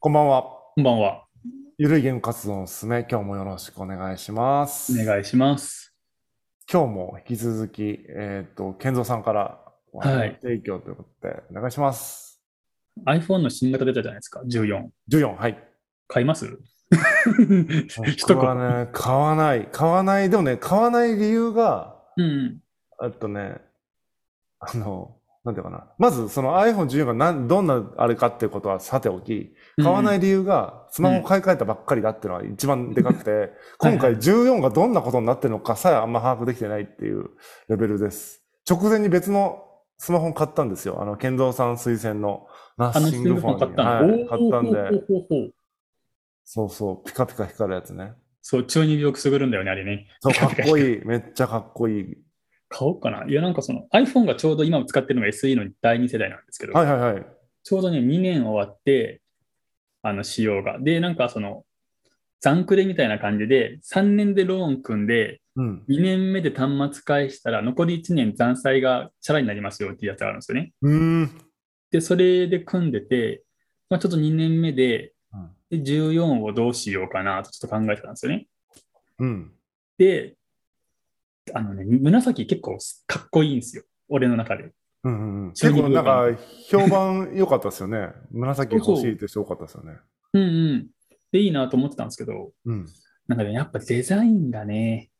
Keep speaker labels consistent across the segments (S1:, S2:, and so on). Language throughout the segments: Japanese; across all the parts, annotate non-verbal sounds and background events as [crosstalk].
S1: こんばんは。
S2: こんばんは。
S1: ゆるいゲーム活動のすすめ、今日もよろしくお願いします。
S2: お願いします。
S1: 今日も引き続き、えっ、と、健三さんからお
S2: は
S1: 話
S2: い
S1: 提供ということで、お願いします。
S2: iPhone の新型出たじゃないですか、14。
S1: 14、はい。
S2: 買います [laughs] 一
S1: 僕は
S2: 言。
S1: ね、買わない。買わない。でもね、買わない理由が、
S2: うん。
S1: あとね、あの、なんていうかな。まず、その iPhone14 がなんどんなあれかっていうことはさておき、買わない理由が、スマホ買い替えたばっかりだっていうのは一番でかくて、
S2: はい
S1: [laughs] 今回14がどんなことになってるのかさえあんま把握できてないっていうレベルです。直前に別のスマホを買ったんですよ。あの、健三さん推薦のナ
S2: あ
S1: ッ
S2: の
S1: シ
S2: シ
S1: ン
S2: ン
S1: グ
S2: グ
S1: フ
S2: フ
S1: ォン
S2: ォン買った
S1: は
S2: ん
S1: い買ったん
S2: おーほう
S1: で、
S2: ほうほうほう
S1: そうそう、ピカピカ光るやつね。
S2: そう、中二病くすぐるんだよね、あれね。
S1: そう、かっこい
S2: い。
S1: い。めっちゃかっこいい。
S2: 買おうかな。いや、なんかその iPhone がちょうど今使ってるのが SE の第2世代なんですけど、
S1: はいはいはい。
S2: ちょうどね、2年終わって、あの、仕様が。で、なんかその、残クレみたいな感じで、3年でローン組んで、
S1: うん。
S2: 2年目で端末返したら、残り1年残債がチャラになりますよっていうやつがあるんですよね。
S1: うーん。
S2: で、それで組んでて、まあ、ちょっと2年目で
S1: うん
S2: で、14をどうしようかなとちょっと考えてたんですよね。
S1: うん。
S2: で、あのね、紫結構かっこいいんですよ。俺の中で。
S1: うんうんうん
S2: 中
S1: 結
S2: 二
S1: 構
S2: 病
S1: なん
S2: か
S1: か評判良かったですよね。紫欲しいって人多かったですよね。
S2: うんうん。で、いいなと思ってたんですけど、
S1: うん。
S2: なんかね、やっぱデザインがね、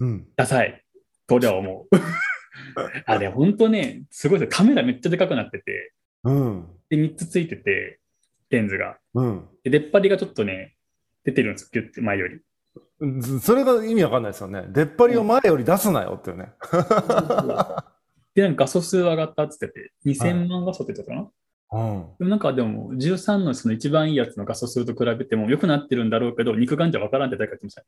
S1: うん。
S2: ダサい。と俺は思う。 [laughs] あれ、ほんとね、すごいですよカメラめっちゃでかくなってて、
S1: うん。
S2: で、3つついてて、レンズが。
S1: うん。
S2: で、出っ張りがちょっとね、出てるんですよ、ギュッて前より。
S1: ずそれが意味わかんないですよね。出っ張りを前より出すなよっていうね。
S2: [laughs] で、なんか画素数上がったって言ってて、
S1: は
S2: 2000万画素って言ってたかな、
S1: うん。
S2: でもなんかでも、13のその一番いいやつの画素数と比べても良くなってるんだろうけど、肉眼じゃわからんって誰か言ってました。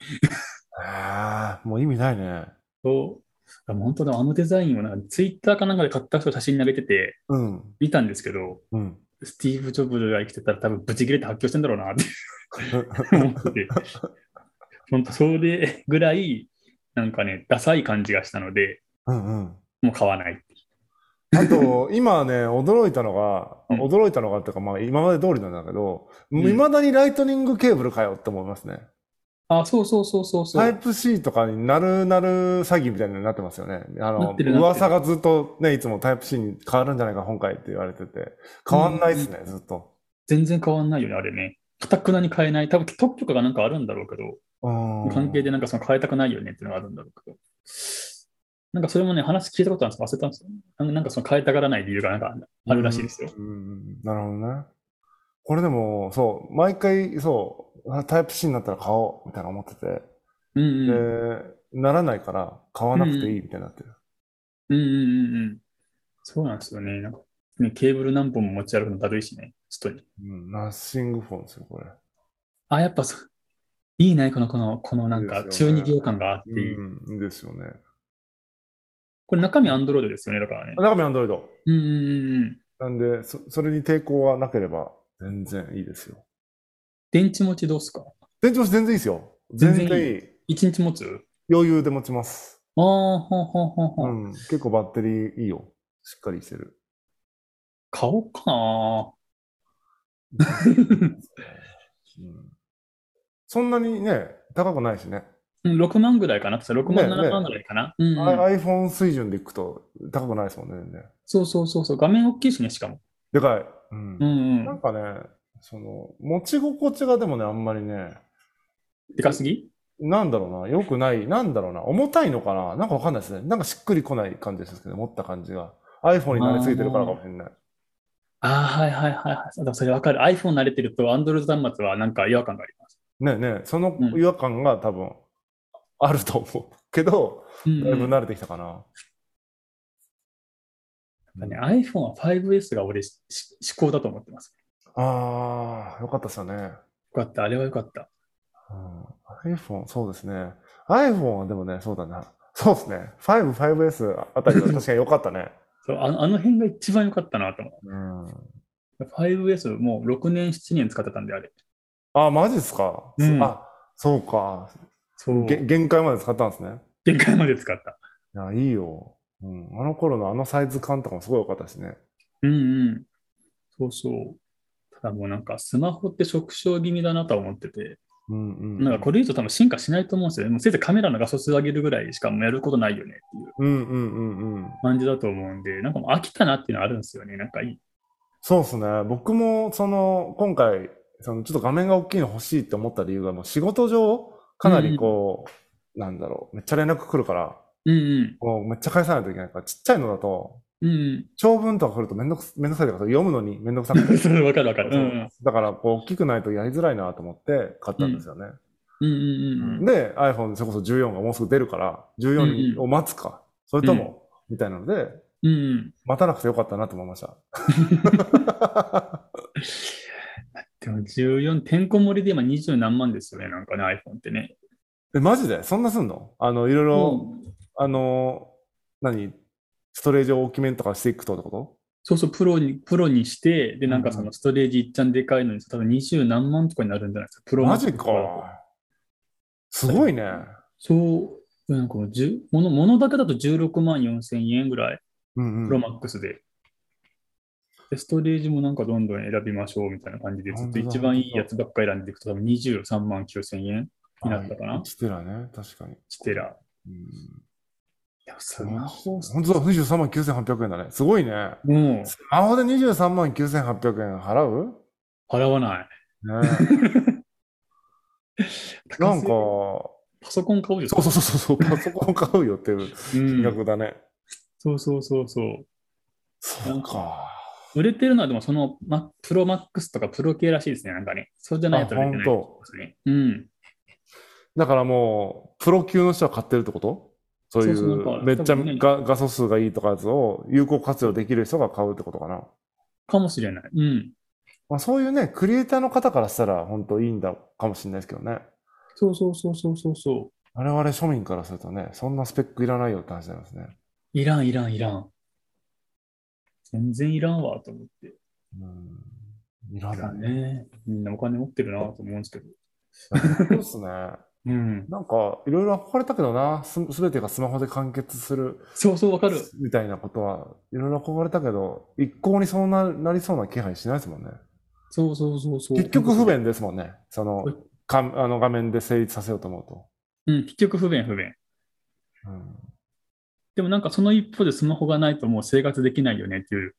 S1: ああ、もう意味ないね。
S2: そう。でも本当だ、あのデザインをなんかツイッターかなんかで買った人が写真投げてて、 [laughs]
S1: うん。
S2: 見たんですけど、
S1: うん。
S2: スティーブ・ジョブズが生きてたら多分ブチ切れて発狂してんだろうなって思ってて、本当それぐらい、なんかね、ダサい感じがしたので、
S1: うんうん。
S2: もう買わない。
S1: あと、今ね、驚いたのが、
S2: うん
S1: 驚いたのがっていうか、まあ今まで通りなんだけど、
S2: ん
S1: 未だにライトニングケーブルかよって思いますね。
S2: あ、そうそうそうそうそう。
S1: タイプ C とかになるなる詐欺みたいになってますよね。あ
S2: な
S1: の
S2: ってるなってる
S1: 噂がずっとね、いつもタイプ C に変わるんじゃないか、今回って言われてて、変わんないですね、ずっと。
S2: 全然変わんないよね、あれね。かたくなに変えない。多分特許がなんかあるんだろうけど、関
S1: 関
S2: 係でなんかその変えたくないよねっていうのがあるんだろうけど。なんかそれもね、話聞いたことあるんですけど忘れたんですよね。なんかなんかその変えたがらない理由がなんかあるらしいですよ。。
S1: うんうんなるほどね。これでも、そう、毎回、そう、あタイプ C になったら買おうみたいな思ってて、
S2: うん
S1: で
S2: うん。
S1: ならないから買わなくていいみたいになってる。
S2: うんうんうんうん。そうなんですよね。なんかねケーブル何本も持ち歩くのだるいしね、外に。
S1: うん、ナッシングフォンですよ、これ。
S2: あ、やっぱそう。いいね、この、この、このなん
S1: いい
S2: か
S1: ですよ
S2: 中
S1: ね
S2: 二病感があっていい。
S1: うん、いいですよね。
S2: これ中身アンドロイドですよね、だからね。
S1: 中身アンドロイド。
S2: うんうんうんうん。
S1: なんで、そそれに抵抗はなければ全然いいですよ。
S2: 電池持ちどうっすか
S1: 電池持ち全然いいですよ。全
S2: 全然いい
S1: 然いい。
S2: 一日持つ
S1: 余裕で持ちます。
S2: ああ、ほんほんほん
S1: う
S2: ほ。
S1: んん。結構バッテリーいいよ。しっかりしてる。
S2: 買おうかな。
S1: うん [laughs] そんなにね、高くないしね。
S2: うん6万ぐらいかな。6万、
S1: ねね
S2: 7万ぐらいかな。うんうん、
S1: あ iPhone 水準でいくと高くないですもんね。全然
S2: そうそうそうそう。画面大きいしね、しかも。
S1: でかい。うん
S2: う。んう
S1: なん
S2: ん。
S1: かね、その、持ち心地がでもね、あんまりね、
S2: でかすぎ
S1: なんだろうな、良くない、なんだろうな、重たいのかな、なんかわかんないですね。なんかしっくりこない感じですけど、持った感じが。iPhone に慣れすぎてるからかもしれない。
S2: ああ、はいはいはいはい。でもそれわかる。iPhone 慣れてると Android 端末はなんか違和感があります。
S1: ねえねえ、その
S2: うん
S1: 違和感が多分あると思うけど、
S2: うん
S1: だいぶ
S2: うん
S1: 慣れてきたかな。
S2: なんかね、iPhone は 5S が俺しし至高だと思ってます。
S1: ああ、よかったですよね。
S2: よかった、あれはよかった。
S1: うん、iPhone、そうですね。iPhone はでもね、そうだな。そうですね。5、5S あたりは確かに良かった
S2: [laughs]
S1: ね。
S2: そうあのあの辺が一番良かったなと思
S1: うん、
S2: う。5S もう6年、7年使ってたんで、あれ。
S1: あ、マジですか、
S2: うん
S1: あ、そうか。
S2: そう。
S1: げ限界まで使ったんですね。
S2: 限界まで使った。
S1: いや、いいよ。うん、あの頃のあのサイズ感とかもすごい良かったしね。
S2: うんうん。そうそう。あもうなんかスマホって縮小気味だなとは思ってて、
S1: うんうんうん。
S2: なんかこれ以上多分進化しないと思うんですよね。もうせいぜいカメラの画素数上げるぐらいしかもうやることないよねってい
S1: う
S2: う
S1: んうんうんうん。
S2: 感じだと思うんで、なんかもう飽きたなっていうのはあるんですよね。なんかいい。
S1: そうですね。僕も、その、今回、その、ちょっと画面が大きいの欲しいって思った理由が、もう仕事上、かなりこう、なんだろう、めっちゃ連絡来るから、
S2: うんうん。
S1: もうめっちゃ返さないといけないから、ちっちゃいのだと、
S2: うん
S1: 長文とか来るとめんどく、めんどくさいとか、読むのにめんどくさく
S2: う
S1: て
S2: ん。。それわかるわかる。うんうん
S1: だから、こう、大きくないとやりづらいなと思って買ったんですよね。
S2: うんうんうん。
S1: で、iPhone、それこそ14がもうすぐ出るから、14を待つか、それとも、みたいなので、
S2: うんうん。
S1: 待たなくてよかったなと思いました。
S2: でも14、てんこ盛りで今20何万ですよね。なんかね、iPhone ってね。
S1: え、マジでそんなすんのあの、いろいろ、あのー、何ストレージを大きめとかしていくとってこ
S2: そうそう、プロに、プロにして、で、なんかそ
S1: うんう
S2: のストレージいっちゃんでかいのに、多分20何万とかになるんじゃないですか。プ
S1: と
S2: ロ
S1: マジ
S2: とか。
S1: か。すごいね。
S2: そう、なんかもう10、もの、ものだけだと16万4千円ぐらい、
S1: うん
S2: プ
S1: う
S2: ロ
S1: ん。
S2: マックスで。で、ストレージもなんかどんどん選びましょうみたいな感じで、ず
S1: 本
S2: っと
S1: 当だ
S2: 一番いいやつばっかり選んでいくと、多分23万9千円になったか
S1: は。
S2: ない
S1: ステラね、確かに。
S2: ステラ。
S1: うん。
S2: いや、スマホ、
S1: 本当だ、23万9800円だね。すごいね。
S2: も
S1: スマホで23万9800円払う
S2: う払わない。
S1: ね
S2: [laughs]
S1: なんか、
S2: パソコン買おうよ。
S1: そうそうそうそう、パソコン買うよっていう
S2: うん
S1: 金額だね。
S2: そうそうそうそう。
S1: そうか。
S2: 売れてるのは、でもその、ま、プロマックスとかプロ系らしいですね、なんかね。そうじゃないやつは売れてない
S1: あ本
S2: ですね。うん。
S1: だからもう、プロ級の人は買ってるってことそうい
S2: そうそうなん
S1: う、
S2: か
S1: めっちゃ
S2: 多分ね
S1: 画画素数がいいとかやつを有効活用できる人が買うってことかな。
S2: かもしれない。うん。
S1: まあ、そういうね、クリエイターの方からしたら本当いいんだかもしれないですけどね。
S2: そうそうそうそうそうそ
S1: 我々庶民からするとね、そんなスペックいらないよって話になりますね。
S2: う。いらん、いらん、いらん。全然いらんわ、と思って。
S1: うん。いら
S2: だから
S1: ない。
S2: ね、みんなお金持ってるなと思うんですけど。
S1: そうっすね。
S2: うん。
S1: なんか、いろいろ憧れたけどな、すべてがスマホで完結する
S2: そうそう、わかる。
S1: みたいなことは、いろいろ憧れたけど、一向にそうななりそうな気配しないですもんね。
S2: そうそうそうそう。
S1: 結局不。便ですもんね。その
S2: はい、
S1: かあの画面で成立させようと思うと。
S2: うん、結局不便、不便。
S1: うん、
S2: でもなんかその一方でスマホがないともう生活できないよねっていう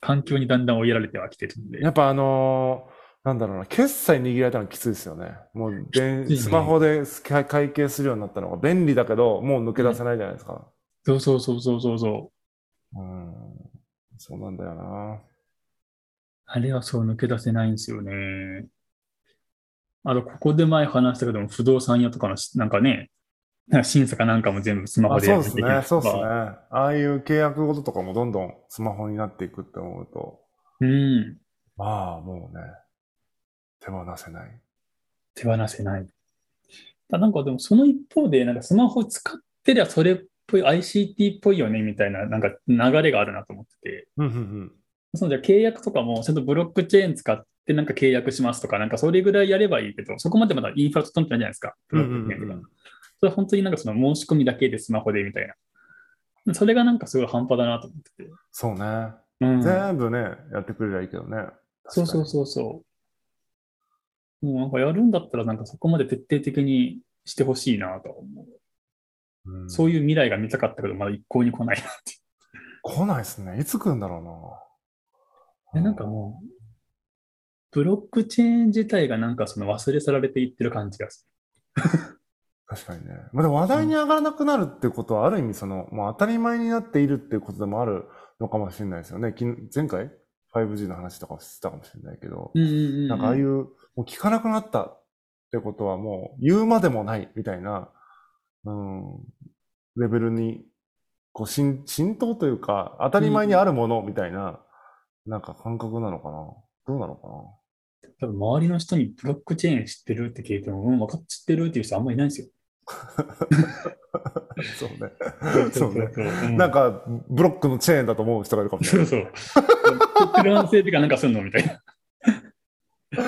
S2: 環境にだんだん追いやられてはきてるんで。
S1: やっぱあのーなんだろうな、決済握られたのきついですよね。もうでん、
S2: きついね
S1: スマホで会会計するようになったのが便利だけど、もう抜け出せないじゃないですか。
S2: そうそうそうそうそうそう。
S1: うん、そうなんだよな。
S2: あれはそう抜け出せないんですよね。あと、ここで前話したけども、不動産屋とかのし、なんかね、なんか審査かなんかも全部スマホ
S1: あ
S2: で
S1: そ
S2: や
S1: うで
S2: って
S1: す
S2: きた
S1: ね、
S2: り
S1: そ
S2: と
S1: うですね。
S2: か。
S1: ああいう契約ごととかもどんどんスマホになっていくって思うと、
S2: うん。
S1: まあもうね、手放せない。
S2: 手放せない。ただなんかでもその一方で、なんかスマホ使ってりゃそれっぽい、ICT っぽいよねみたいな、なんか流れがあるなと思ってて。
S1: うんうんうん。
S2: そのじゃあ契約とかも、ちゃんとブロックチェーン使ってなんか契約しますとか、なんかそれぐらいやればいいけど、そこまでまだインフラ整ってないじゃないですか、ブロックチ
S1: う
S2: ェーンとか。
S1: んうんうん
S2: それは本当になんかその申し込みだけでスマホでみたいな。それがなんかすごい半端だなと思ってて。
S1: そうね。
S2: うん、
S1: 全部ね、やってくれりゃいいけどね。
S2: そうそうそうそう。もうなんかやるんだったらなんかそこまで徹底的にしてほしいなとは思う。
S1: うん
S2: そういう未来が見たかったけど、まだ一向に来ないなって。
S1: 来ないですね。いつ来るんだろう
S2: で
S1: な。
S2: なんかもう、ブロックチェーン自体がなんかその忘れ去られていってる感じがする。
S1: 確かにね。まあ、でも話題に上がらなくなるってことは、ある意味その、もう当たり前になっているっていうことでもあるのかもしれないですよね。き前回 ?5G の話とかしたかもしれないけど、
S2: うんうんうん、
S1: なんかああいう、もう聞かなくなったってことはもう言うまでもないみたいな、うん、レベルに、こう浸、浸透というか、当たり前にあるものみたいな、なんか感覚なのかな。どうなのかな。
S2: 多分周りの人にブロックチェーン知ってるって聞いても、うん、分かっ知ってるっていう人あんまりいないんですよ。 [laughs]
S1: そうね。 [laughs] そうね。
S2: うん
S1: なん、か、ブロックのチェーンだと思う人がいるかもし
S2: そ [laughs]
S1: れな
S2: う
S1: い。
S2: そう。フランスってかなんかすんのみたい
S1: [laughs]
S2: な。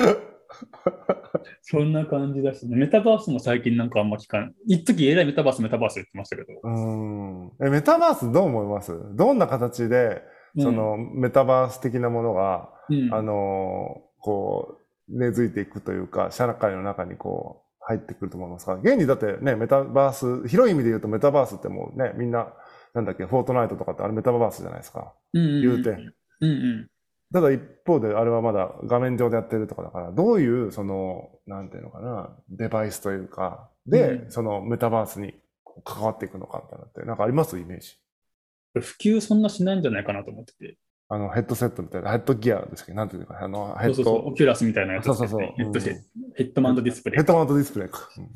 S2: そんな感じだし、ね、メタバースも最近なんかあんま聞かない。一時えらいメタバース、メタバース言ってましたけど。
S1: うーん。え、メタバースどう思いますどんな形で、その、メタバース的なものが、
S2: うん、うん
S1: あのーこう、根付いていくというか、社会の中にこう、入ってくると思いますが、現にだってね、メタバース、広い意味で言うとメタバースってもうね、みんな、なんだっけ、フォートナイトとかってあれメタバースじゃないですか。
S2: うん
S1: 言うて。
S2: うんうん。
S1: ただ一方で、あれはまだ画面上でやってるとかだから、どういう、その、なんていうのかな、デバイスというか、で、
S2: うん
S1: そのメタバースに関わっていくのかみたいなのって、なんかありますイメージ。
S2: 普及そんなしないんじゃないかなと思ってて。
S1: あの、ヘッドセットみたいな、ヘッドギアでしたっけなんていうか、あの、ヘ
S2: そ
S1: ッド、
S2: うそうそう、オキュラスみたいなやつつけて。
S1: そうそうそう
S2: ヘッドセ
S1: うん
S2: ヘッドマウントディスプレ
S1: ヘ
S2: イ
S1: ッ。ドマウントディスプレイか。うん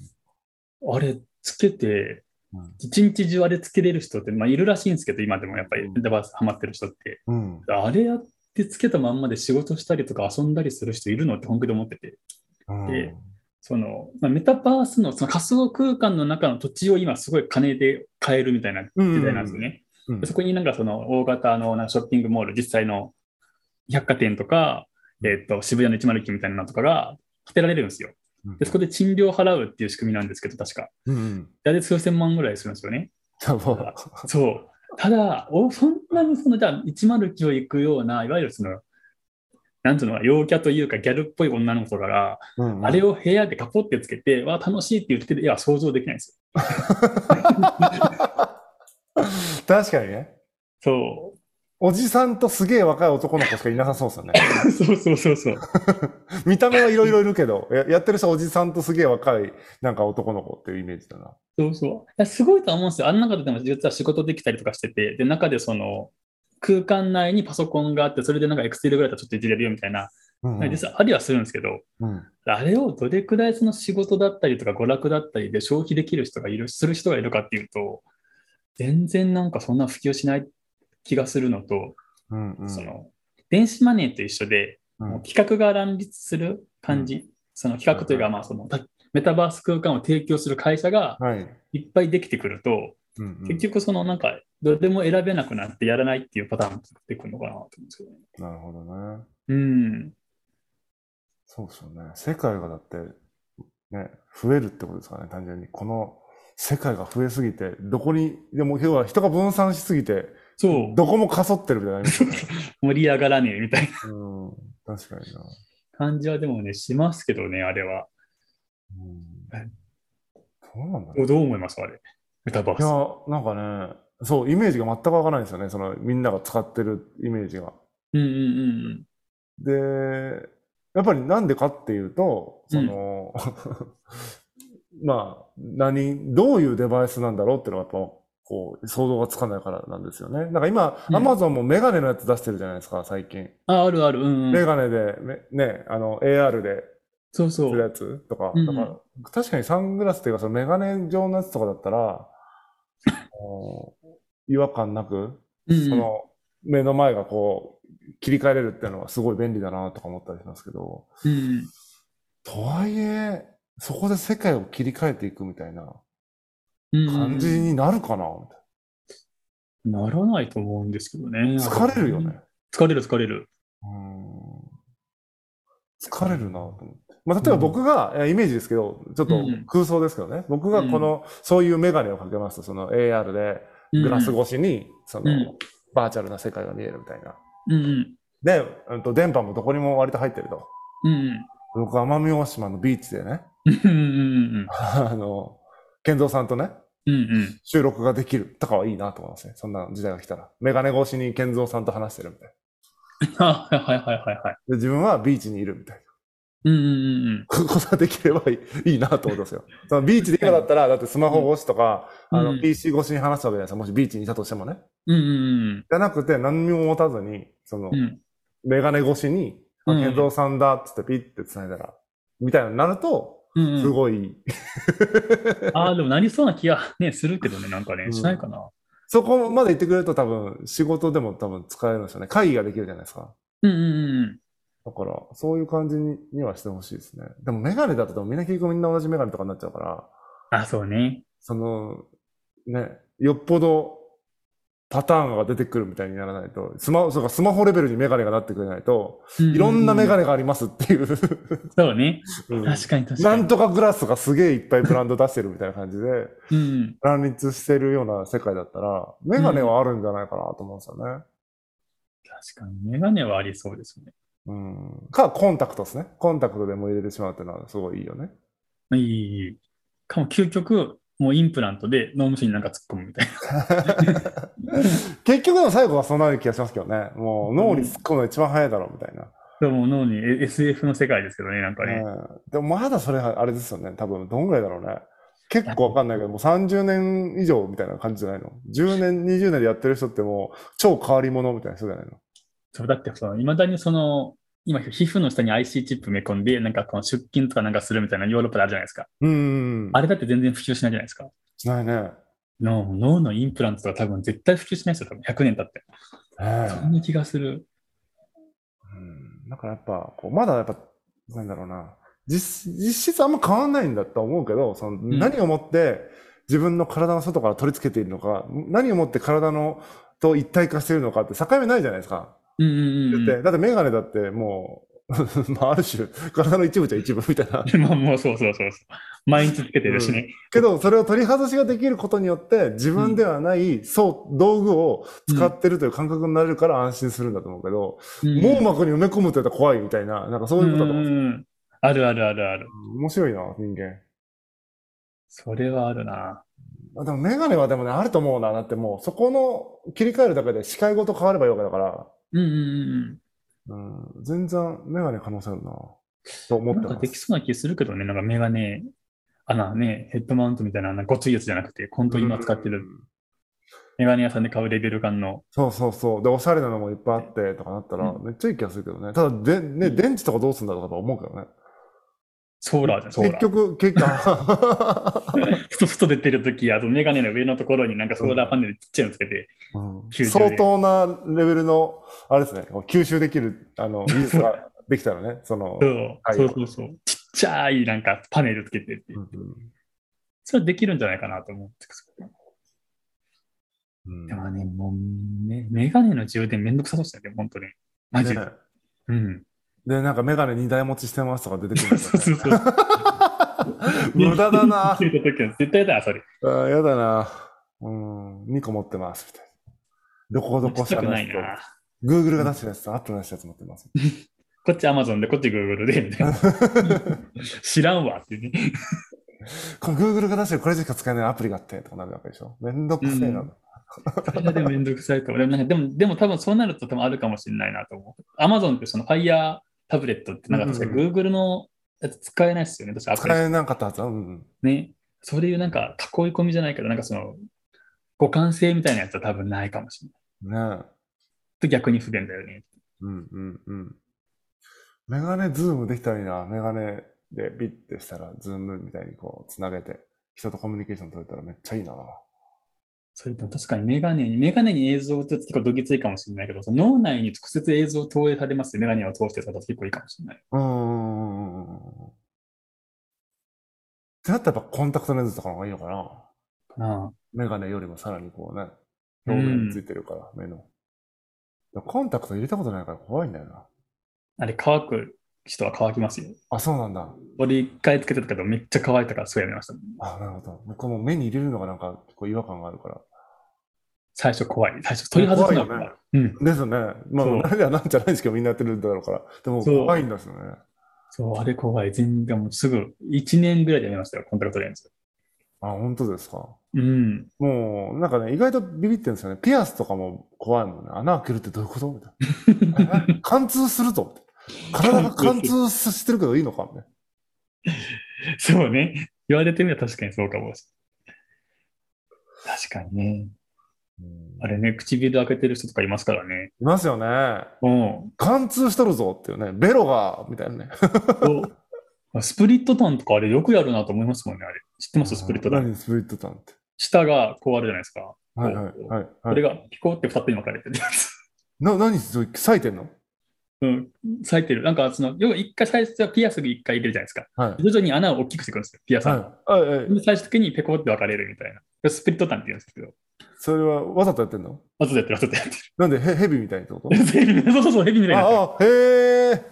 S2: あれつけて
S1: うん、
S2: 一日中あれつけれる人って、まあ、いるらしいんですけど、今でもやっぱり
S1: うん
S2: メタバースハマってる人って。
S1: うん。
S2: あれやってつけたまんまで仕事したりとか遊んだりする人いるのって本気で思ってて。
S1: うん
S2: でそのまあ、メタバースのその仮想空間の中の土地を今すごい金で買えるみたいな時代なんですよね。
S1: うんうんうん
S2: そこになんかその大型のなんかショッピングモール、実際の百貨店とか、えっと渋谷の109みたいなのとかが建てられるんですよ。でそこで賃料払うっていう仕組みなんですけど、確か。
S1: うんうん。
S2: 大体数千万ぐらいするんです
S1: [laughs]
S2: よね。
S1: じゃあもう、
S2: そう。ただ、おそんなにその、じゃあ、109を行くような、いわゆるその、なんつうのかな、陽キャというか、ギャルっぽい女の子から、
S1: うんうん
S2: あれを部屋でカポってつけて、わあ、楽しいって言ってる、いや、想像できないんです
S1: 確かにね。
S2: よ。
S1: おじさんとすげえ若い男の子しかいなさそうですよね。 [laughs]
S2: そう。 [laughs] そうそうそうそう。
S1: 見た目はいろいろいるけど、ややってる人はおじさんとすげえ若いなんか男の子っていうイメージだな。
S2: そうそう。いやすごいとは思うんですよ。あの中ででも実は仕事できたりとかしてて、で、中でその、空間内にパソコンがあって、それでなんかエクセルぐらいだとちょっといじれるよみたいな、
S1: うんうん
S2: 実はありはするんですけど、
S1: うん
S2: あれをどれくらいその仕事だったりとか娯楽だったりで消費できる人がいる、する人がいるかっていうと、全然なんかそんな普及しない気がするのと、
S1: うんうん
S2: その、電子マネーと一緒で、
S1: うん
S2: もう企画が乱立する感じ、その企画という
S1: う
S2: か、
S1: ん
S2: まあその、たメタバース空間を提供する会社が
S1: はい。
S2: いっぱいできてくると、
S1: うんうん
S2: 結局そのなんか、どれも選べなくなってやらないっていうパターンも出てくるのかなと思うんですけどね。
S1: なるほどね。
S2: うん。
S1: そうですよね。世界がだって、ね、増えるってことですからね、単純に。この世界が増えすぎて、どこに、でも要は人が分散しすぎて、
S2: そう、
S1: どこもかそってるみたいなのありますよね。
S2: 盛り上がらねえみたいな。
S1: うん、確かにな。
S2: 感じはでもね、しますけどね、あれは。
S1: うん
S2: え
S1: そうなんだね。
S2: どう思いますあれ。メタバ
S1: いや
S2: ース。、
S1: なんかね、そう、イメージが全くわからないんですよね。その、みんなが使ってるイメージが。
S2: うんうん
S1: で、やっぱりなんでかっていうと、その、 [laughs] まあ、何、どういうデバイスなんだろうっていうのはやっぱ、こう、想像がつかないからなんですよね。なんか今、
S2: うん
S1: アマゾンもメガネのやつ出してるじゃないですか、最近。
S2: うん。あ、あるある。うん、う
S1: メ
S2: ん。
S1: ガネで、めね、あの、AR で、
S2: そうそ
S1: する
S2: う。
S1: やつとか、
S2: うん
S1: だから確かにサングラスというか、そのメガネ状のやつとかだったら、あの違和感なく、
S2: うんうん
S1: その目の前がこう、切り替えれるっていうのはすごい便利だなとか思ったりしますけど、
S2: うんうん。
S1: とはいえ、そこで世界を切り替えていくみたいな
S2: うんうん
S1: 感じになるかな、みたい
S2: ならないと思うんですけどね。
S1: な疲れるよね。。
S2: 疲れる疲れる。
S1: うん疲れるなと思って。まあ、例えば僕が、えーイメージですけど、ちょっと
S2: うん
S1: 空想ですけどね、僕がこの、そういうメガネをかけますと、その AR で、グラス
S2: うん
S1: 越しに、その、
S2: うん
S1: バーチャルな世界が見えるみたいな。
S2: うん
S1: で、うん、と電波もどこにも割と入ってると。
S2: うん。うん
S1: 僕、奄美大島のビーチでね、 [laughs]
S2: うん。うんうん
S1: あの、健三さんとね、
S2: うん。うんうん。
S1: 収録ができるとかはいいなと思いますね。そんな時代が来たら。メガネ越しに健三さんと話してるみたいな。
S2: あはいはいはいはいはい。
S1: で、自分はビーチにいるみたいな。 [laughs]
S2: うんうんうん
S1: ことができればいいいいなと思うんです
S2: [laughs]
S1: よ。そのビーチで今だったら、だってスマホ越しとか、
S2: うん
S1: あ
S2: う
S1: の
S2: ん
S1: PC 越しに話したわけじゃないですか、もしビーチにいたとしてもね。
S2: うん。うんうん
S1: じゃなくて、何にも持たずに、その
S2: うん。う、ん
S1: メガネ越しに、あ
S2: うん
S1: 健三さんだっつってピッて繋いだら、みたいなのになると、
S2: うん
S1: す
S2: うん。
S1: ごい、 [laughs]
S2: ああ、でもなりそうな気がね、するけどね、なんかね、しないかな。
S1: そこまで行ってくれると多分、仕事でも多分使えるんですよね。会議ができるじゃないですか。
S2: うんうんうん。
S1: だから、そういう感じににはしてほしいですね。でもメガネだとでもみんな結局みんな同じメガネとかになっちゃうから、
S2: あ、そうね。
S1: その、ね、よっぽどパターンが出てくるみたいにならないと、スマホ、そうか、スマホレベルにメガネがなってくれないと、いろんなメガ
S2: ネ。
S1: ネがありますっていう。
S2: そうね。
S1: [laughs] うん
S2: 確かに確
S1: な
S2: か
S1: ん
S2: に。
S1: とかグラスとかすげえいっぱいブランド出してるみたいな感じで、
S2: うん。
S1: 乱立してるような世界だったら、メガネはあるんじゃないかなと思うんですよね。
S2: 確かに、メガネはありそうですね。
S1: うん。か、コンタクトですね。コンタクトでも入れてしまうっていうのはすごいいいよね。
S2: いいいい。かも、究極、もうインプラントで脳無視になんか突っ込むみたいな。 [laughs]
S1: 結局の最後はそうなる気がしますけどね。もう脳に突っ込むの一番早いだろうみたいな。
S2: でも脳にえ SF の世界ですけどね、なんかね。
S1: うん、でもまだそれはあれですよね。多分どんぐらいだろうね。結構わかんないけど、もう30年以上みたいな感じじゃないの ?10 年、20年でやってる人ってもう超変わり者みたいな人じゃないの
S2: そうだってその、いまだにその、今、皮膚の下に IC チップ埋め込んで、なんかこの出勤とかなんかするみたいなヨーロッパであるじゃないですか。
S1: うん。
S2: あれだって全然普及しないじゃないですか。
S1: しないね。
S2: 脳脳のインプラントとか多分絶対普及しないですよ、多分100年経って。
S1: ね
S2: そんな気がする。
S1: うんだからやっぱ、こうまだやっぱ、なんだろうな、実実質あんま変わんないんだと思うけど、その
S2: ん
S1: 何をもって自分の体の外から取り付けているのか、何をもって体のと一体化しているのかって境目ないじゃないですか。
S2: うんうんうん
S1: だって、だってメガネだってもう、 [laughs] まあある種、体の一部じゃ一部みたいな。
S2: うん。まあもうそうそうそうそう。毎日つけてるしね。
S1: けど、それを取り外しができることによって、自分ではない、そう、道具を使ってるという感覚になれるから安心するんだと思うけど、
S2: うん
S1: 網膜に埋め込むってやったら怖いみたいな、なんかそういうことだと思うんですよ
S2: んんうんあるあるあるある。
S1: 面白いな、人間。
S2: それはあるな。
S1: あでもメガネはでもね、あると思うな。だってもう、そこの切り替えるだけで視界ごと変わればいいわけだから、
S2: うんうんうん
S1: うん、全然メガネ可能性あるな、と思
S2: う
S1: っ
S2: ん。
S1: て
S2: なんか
S1: ま
S2: でき
S1: す。
S2: そうな気するけどね、なんかメガネ、穴ね、ヘッドマウントみたいな、なんかごついやつじゃなくて、本当今使って
S1: う
S2: る
S1: ん
S2: メガネ屋さんで買うレベル感の。
S1: そうそうそう。で、おしゃれなのもいっぱいあってとかなったら、
S2: う
S1: めっちゃいい気がするけどね。ただ、で、ね、電池とかどうすんだろうとか思うけどね。
S2: ソーラーじゃん、ソー
S1: 結
S2: ラー。
S1: 局、結
S2: [laughs]
S1: 果、
S2: ふとふと出てるとき、あとメガネの上のところになんかソーラーパネルちっちゃいのつけて、
S1: うん
S2: 90
S1: 相当なレベルの、あれですね、こう吸収できる、あの、技術ができたらね、その、
S2: そう
S1: はい
S2: そうそうそう。ちっちゃいなんかパネルつけてって
S1: う。んうん
S2: それできるんじゃないかなと思うんですけど。
S1: うん
S2: でもね、もうね、メガネの充電めんどくさそうですよね、本当に。マジで。
S1: ね
S2: うん。
S1: で、なんかメガネ2台持ちしてますとか出てく
S2: そう
S1: る。
S2: そうそう。
S1: 無駄だな。あ
S2: 切れた時は絶対だな、それ。
S1: ーやだな。うん、2個持ってます、みたいな。どこどこし
S2: した
S1: か
S2: くな
S1: ない
S2: い
S1: 人。
S2: な。
S1: Google が出してるやつと、Apple が出してるやつ持ってます。
S2: こっち Amazon で、こっち Google で、みたいな。知らんわっていうね。
S1: この Google が出してるこれしか使えないアプリがあって、とかなるわけでしょ。めんどくせえな。
S2: うんそれがでもめんどくさいと思う。でもなんか、でも、でも多分そうなると多分あるかもしれないなと思う。Amazon ってその Fire タブレットってなんか確か
S1: うんうん
S2: Google のやつ使えないですよね。確かアプリ
S1: 使えなかったはずだ。うん。
S2: ね。そういうなんか囲い込みじゃないけど、なんかその互換性みたいなやつは多分ないかもしれない。
S1: ねえ。
S2: と逆に不便だよね。
S1: うんうんうん。メガネズームできたらいいな。メガネでビッてしたら、ズームみたいにこう、つなげて、人とコミュニケーション取れたらめっちゃいいな。
S2: それとも確かにメガネに、メガネに映像って結構どぎついかもしれないけど、その脳内に直接映像を投影されますよメガネを通してたら結構いいかもしれない。
S1: うーん。ってなったらやっぱコンタクトレンズとかの方がいいのかな。
S2: ああ
S1: メガネよりもさらにこうね、表面についてるから、目の。でもコンタクト入れたことないから怖いんだよな。
S2: あれ、乾く人は乾きますよ。
S1: あ、そうなんだ。
S2: 俺一回つけてたけど、めっちゃ乾いたからすぐやめました。
S1: あ、なるほど。僕はもう目に入れるのがなんかこう違和感があるから。
S2: 最初怖い。最初取り外すのが
S1: 怖い
S2: 怖
S1: よ
S2: い。うん。
S1: ですよね。まあ、
S2: そう
S1: 慣れは [laughs] なんじゃないですけど、みんなやってるんだろうから。でも
S2: そう
S1: 怖いんですよね。
S2: そう、あれ怖い。全然もうすぐ、1年ぐらいでやめましたよ、コンタクトレンズ。
S1: あ、本当ですか。
S2: うん。
S1: もう、なんかね、意外とビビってるんですよね。ピアスとかも怖いもんね。穴開けるってどういうことみたい
S2: [laughs]
S1: な。え貫通すると。体が貫通してるけどいいのかね。
S2: そうね。言われてみれば確かにそうかもしれない。確かにね。あれね、唇開けてる人とかいますからね。
S1: いますよね。
S2: うん。
S1: 貫通しとるぞっていうね。ベロが、みたいなね。
S2: そうスプリットタンとかあれよくやるなと思いますもんね、あれ。知ってますスプリットタン。
S1: 何スプリットタンって。
S2: 下がこうあるじゃないですか。
S1: はいはいはい、
S2: こ
S1: は
S2: れ
S1: い。
S2: がピコって二つに分かれてるやつ。 [laughs]
S1: な、何それ、裂いてんの
S2: うん。咲いてる。なんかその、要は一回最初はピアス一回入れるじゃないですか。
S1: はい。はい
S2: 徐々に穴を大きくしていくんですよ、ピアスの。
S1: はい。はい。
S2: で最終的にペコって分かれるみたいな。スプリットタンって言うんですけど、
S1: それはわざとやってんの
S2: 後でやってる、後でやってる。
S1: なんでヘヘビみたいって
S2: [laughs]
S1: こと
S2: そうそうそう、ヘビみたいになっ
S1: ああ、
S2: てる。
S1: へ
S2: [laughs]
S1: え。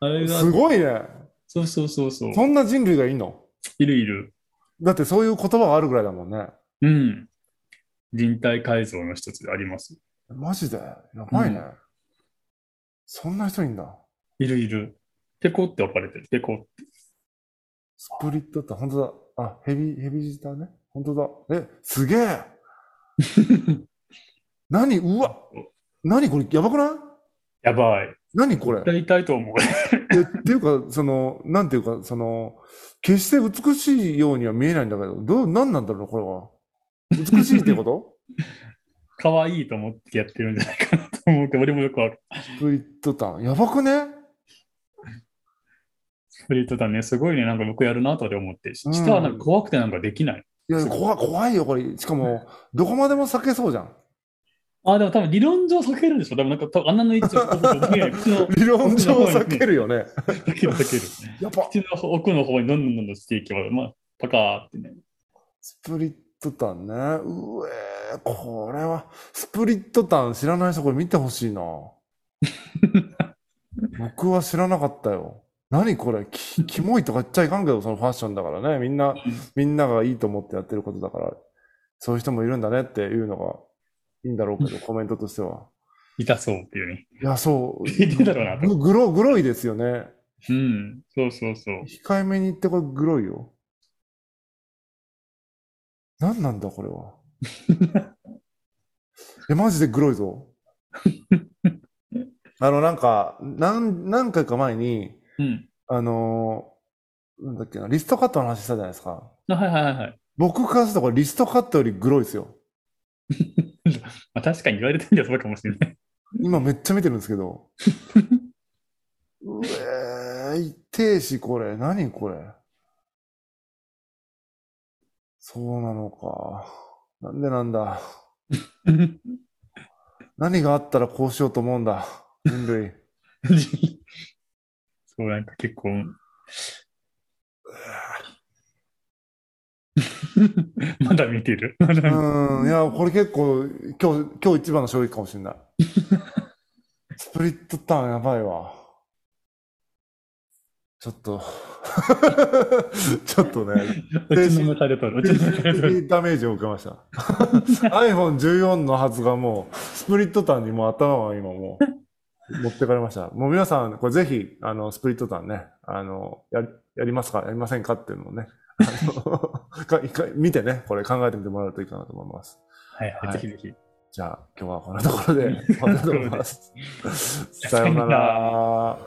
S2: あれが
S1: す、ごいね。
S2: そうそうそうそう。
S1: そんな人類がいいの
S2: いるいる。
S1: だってそういう言葉があるぐらいだもんね。
S2: うん。人体改造の一つであります。
S1: マジでやばいね。
S2: う
S1: そんな人いんだ。
S2: いるいる。ペコって分かれてる。ペコって。
S1: スプリットって本当だ。あ、ヘビ、ヘビジターね。本当だ。え、すげえ何うわ何これやばくない
S2: やばい。
S1: 何これ
S2: やりたいと思う。
S1: えっていうか、その、なんていうか、その、決して美しいようには見えないんだけど、どう、なんなんだろう、これは。美しいってこと
S2: 可愛いと思ってやってるんじゃないかなと思うけど、俺もよくわかる。
S1: スプリットターン。やばくね
S2: スプリットだね。すごいね。なんかよくやるなと俺思って。し
S1: うん
S2: 下はなんか怖くてなんかできない。
S1: いや、
S2: すごい
S1: 怖い怖いよ、これ。しかも、どこまでも避けそうじゃん。
S2: あ、でも多分理論上避けるでしょ。多分なんか多分穴の位置をこうこうこう見える口の
S1: 理論上避けるよね。
S2: 避ける避ける。
S1: やっぱ、
S2: 口の奥の方にどんどんどんどんしていけば、まあ、パカーってね。
S1: スプリットターンね。うえー、これは、スプリットターン知らない人、これ見てほし [laughs] いな。僕は知らなかったよ。何これ、きキモいとか言っちゃいかんけど、そのファッションだからね。みんな、みんながいいと思ってやってることだから、そういう人もいるんだねっていうのがいいんだろうけど、コメントとしては。
S2: 痛そうっていうね。
S1: [laughs] いや、そう。
S2: 言ってたろうなと。
S1: ググロ、グロいですよね。
S2: うん。そうそうそう。
S1: 控えめに言ってこれグロいよ。何なんだこれは。え、マジでグロいぞ。あの、なんか、なん、何回か前に、
S2: うん。
S1: あのーなんだっけな、リストカットの話したじゃないですか。
S2: あはいはいはいはい。
S1: 僕からするとこれリストカットよりグロいですよ。
S2: まあ、確かに言われてみればそうかもしれない。
S1: 今めっちゃ見てるんですけど。うえー、痛えし、これ。何これ。そうなのか。なんでなんだ。何があったらこうしようと思うんだ。人類。う
S2: [laughs] そう、なんか結構。 [laughs] まだ見て [laughs] る。まだ見てる
S1: ーん。いや、これ結構、今日、今日一番の衝撃かもしれない。スプリットターンやばいわ。ちょっと。ちょっとね。
S2: うちの迎えれとる。うちの迎えれとる。
S1: 的ダメージを受けました。iPhone14 のはずがもう、スプリットターンにもう頭は今もう、持ってかれました。もう皆さん、これぜひ、あの、スプリットターンね、あの、や、やりますかやりませんかっていうのをね、あのか一回見てね、これ考えてみてもらうといいかなと思います。
S2: はいはい、ぜひぜひ。
S1: じ
S2: [laughs]
S1: ゃあ、今日はこんなところで終わりたいと思います。さようなら。